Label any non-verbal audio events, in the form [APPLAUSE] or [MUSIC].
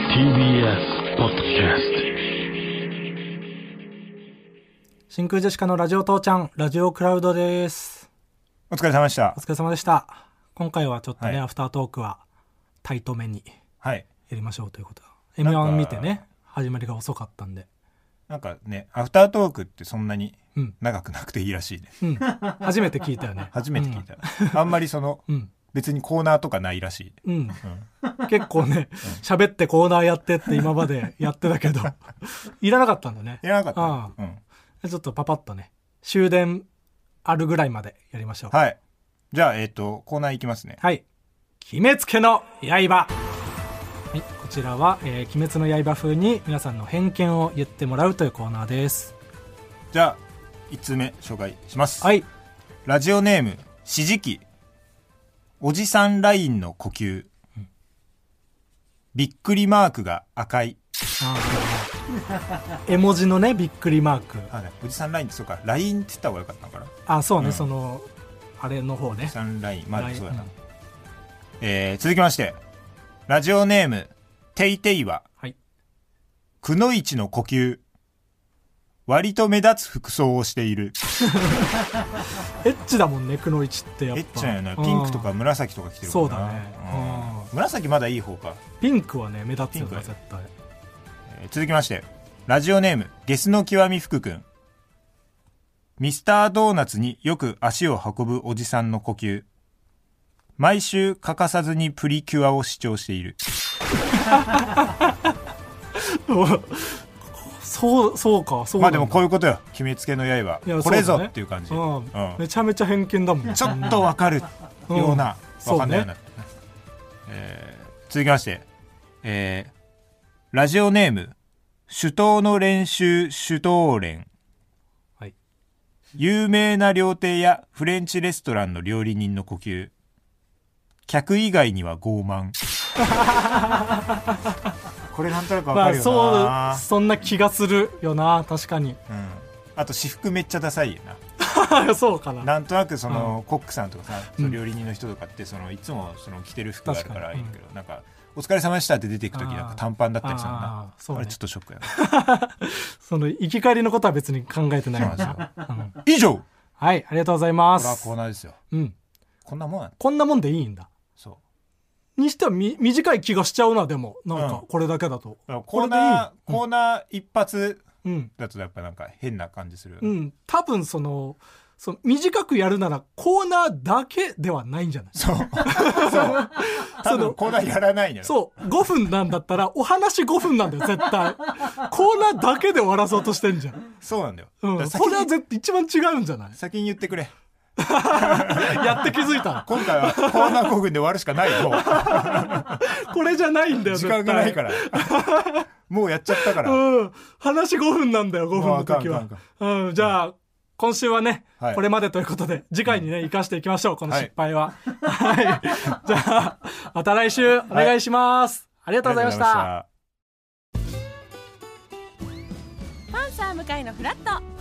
TBS ポッドキャス真空ジェシカのラジオ父ちゃん、ラジオクラウドです。お疲れ様でしたお。疲れ様でした。今回はちょっとね、はいアフタートークはタイトめにはい。やりましょうということで。なんか M1 見てね、始まりが遅かったんで。なんかね、アフタートークってそんなにうん長くなくていいらしいね。うん。 [LAUGHS] 初めて聞いたよね。 [LAUGHS] 初めて聞いた。あんまりその、うん。別にコーナーとかないらしい。うん。結構ね、喋ってコーナーやってって今までやってたけ [LAUGHS] ど、いらなかったんだねい。らなあかった。うん。ちょっとパパッとね、終電あるぐらいまでやりましょう。はい。じゃあ、えっ、と、コーナーいきますね。はい。鬼滅家の刃。はい、こちらは、えー鬼滅の刃風に皆さんの偏見を言ってもらうというコーナーです。じゃあ、1通目紹介します。はい。ラジオネーム、しじき。おじさんラインの呼吸。びっくりマークが赤い。絵文字のね、びっくりマーク。あ、ね、おじさんラインってそうか、ラインって言った方がよかったのかな。あ、そうね、うんその、あれの方ね。サンラインまあそうやな、うんえー続きましてラジオネームていていははい。くのいちの呼吸割と目立つ服装をしているエッチだもんね、くのいちってやっえぱ。っちゃんやなピンクとかうん紫とか着てるもんそなうだねうんうん紫まだいい方か、ピンクはね、目立つよピンクな、だね絶対。えー続きましてラジオネームゲスの極み福くんミスタードーナツによく足を運ぶおじさんの呼吸毎週欠かさずにプリキュアを視聴している [LAUGHS] そう、そうか、そうまなあんだでもこういうことよ決めつけの刃、いやこれそうぞだねっていう感じ、うんうんめちゃめちゃ偏見だもん。ちょっとわかるよううな、んわかんないような、えー続きまして、えーラジオネーム手刀の練習手刀連はい。有名な料亭やフレンチレストランの料理人の呼吸客以外には傲 [LAUGHS] 慢これなんとなくわまかあ、るよな、そう、そんな気がするよな、確かに。 [LAUGHS] うん、あと私服めっちゃダサいよなそうかな。なんとなくその、コックさんとかさ、うんその料理人の人とかってそのいつもその着てる服があるから確かいにいけど、なんか「お疲れ様でした」って出ていく時あーなんか短パンだったりしたんあだーそうねあれちょっとショッ [LAUGHS] クやなその生き返りのことは別に考えてないもんそうなな、うん以上こはいありがとうございまれはすコーナーですようん、こんなもんなんこんなもんでいいんだそうにしてはみ短い気がしちゃうなでもなんかうんこれだけだと、だからコこーれでいナーいコーナー一発うん、だとやっぱなんか変な感じするようね、ん、多分そのその短くやるならコーナーだけではないんじゃない [LAUGHS] そうそう多分コーナーやらないのよそう5分なんだったらお話5分なんだよ絶対コーナーだけで終わらそうとしてんじゃん、そうなんだよ、うん、だから先これはに絶一番違うんじゃない先に言ってくれ [LAUGHS] やって気づいた今回はコーナー5分で終わるしかないよ [LAUGHS] これじゃないんだよ時絶対間がな [LAUGHS] いからもうやっちゃったから、うん。話5分なんだよ、5分もうのあかん時はあかん。うん、じゃあ、今週はね、はいこれまでということで、次回にね、生かしていきましょう、この失敗は。はい。じゃあ、また来週お願いします。ありがとうございました。パンサー向かいのフラット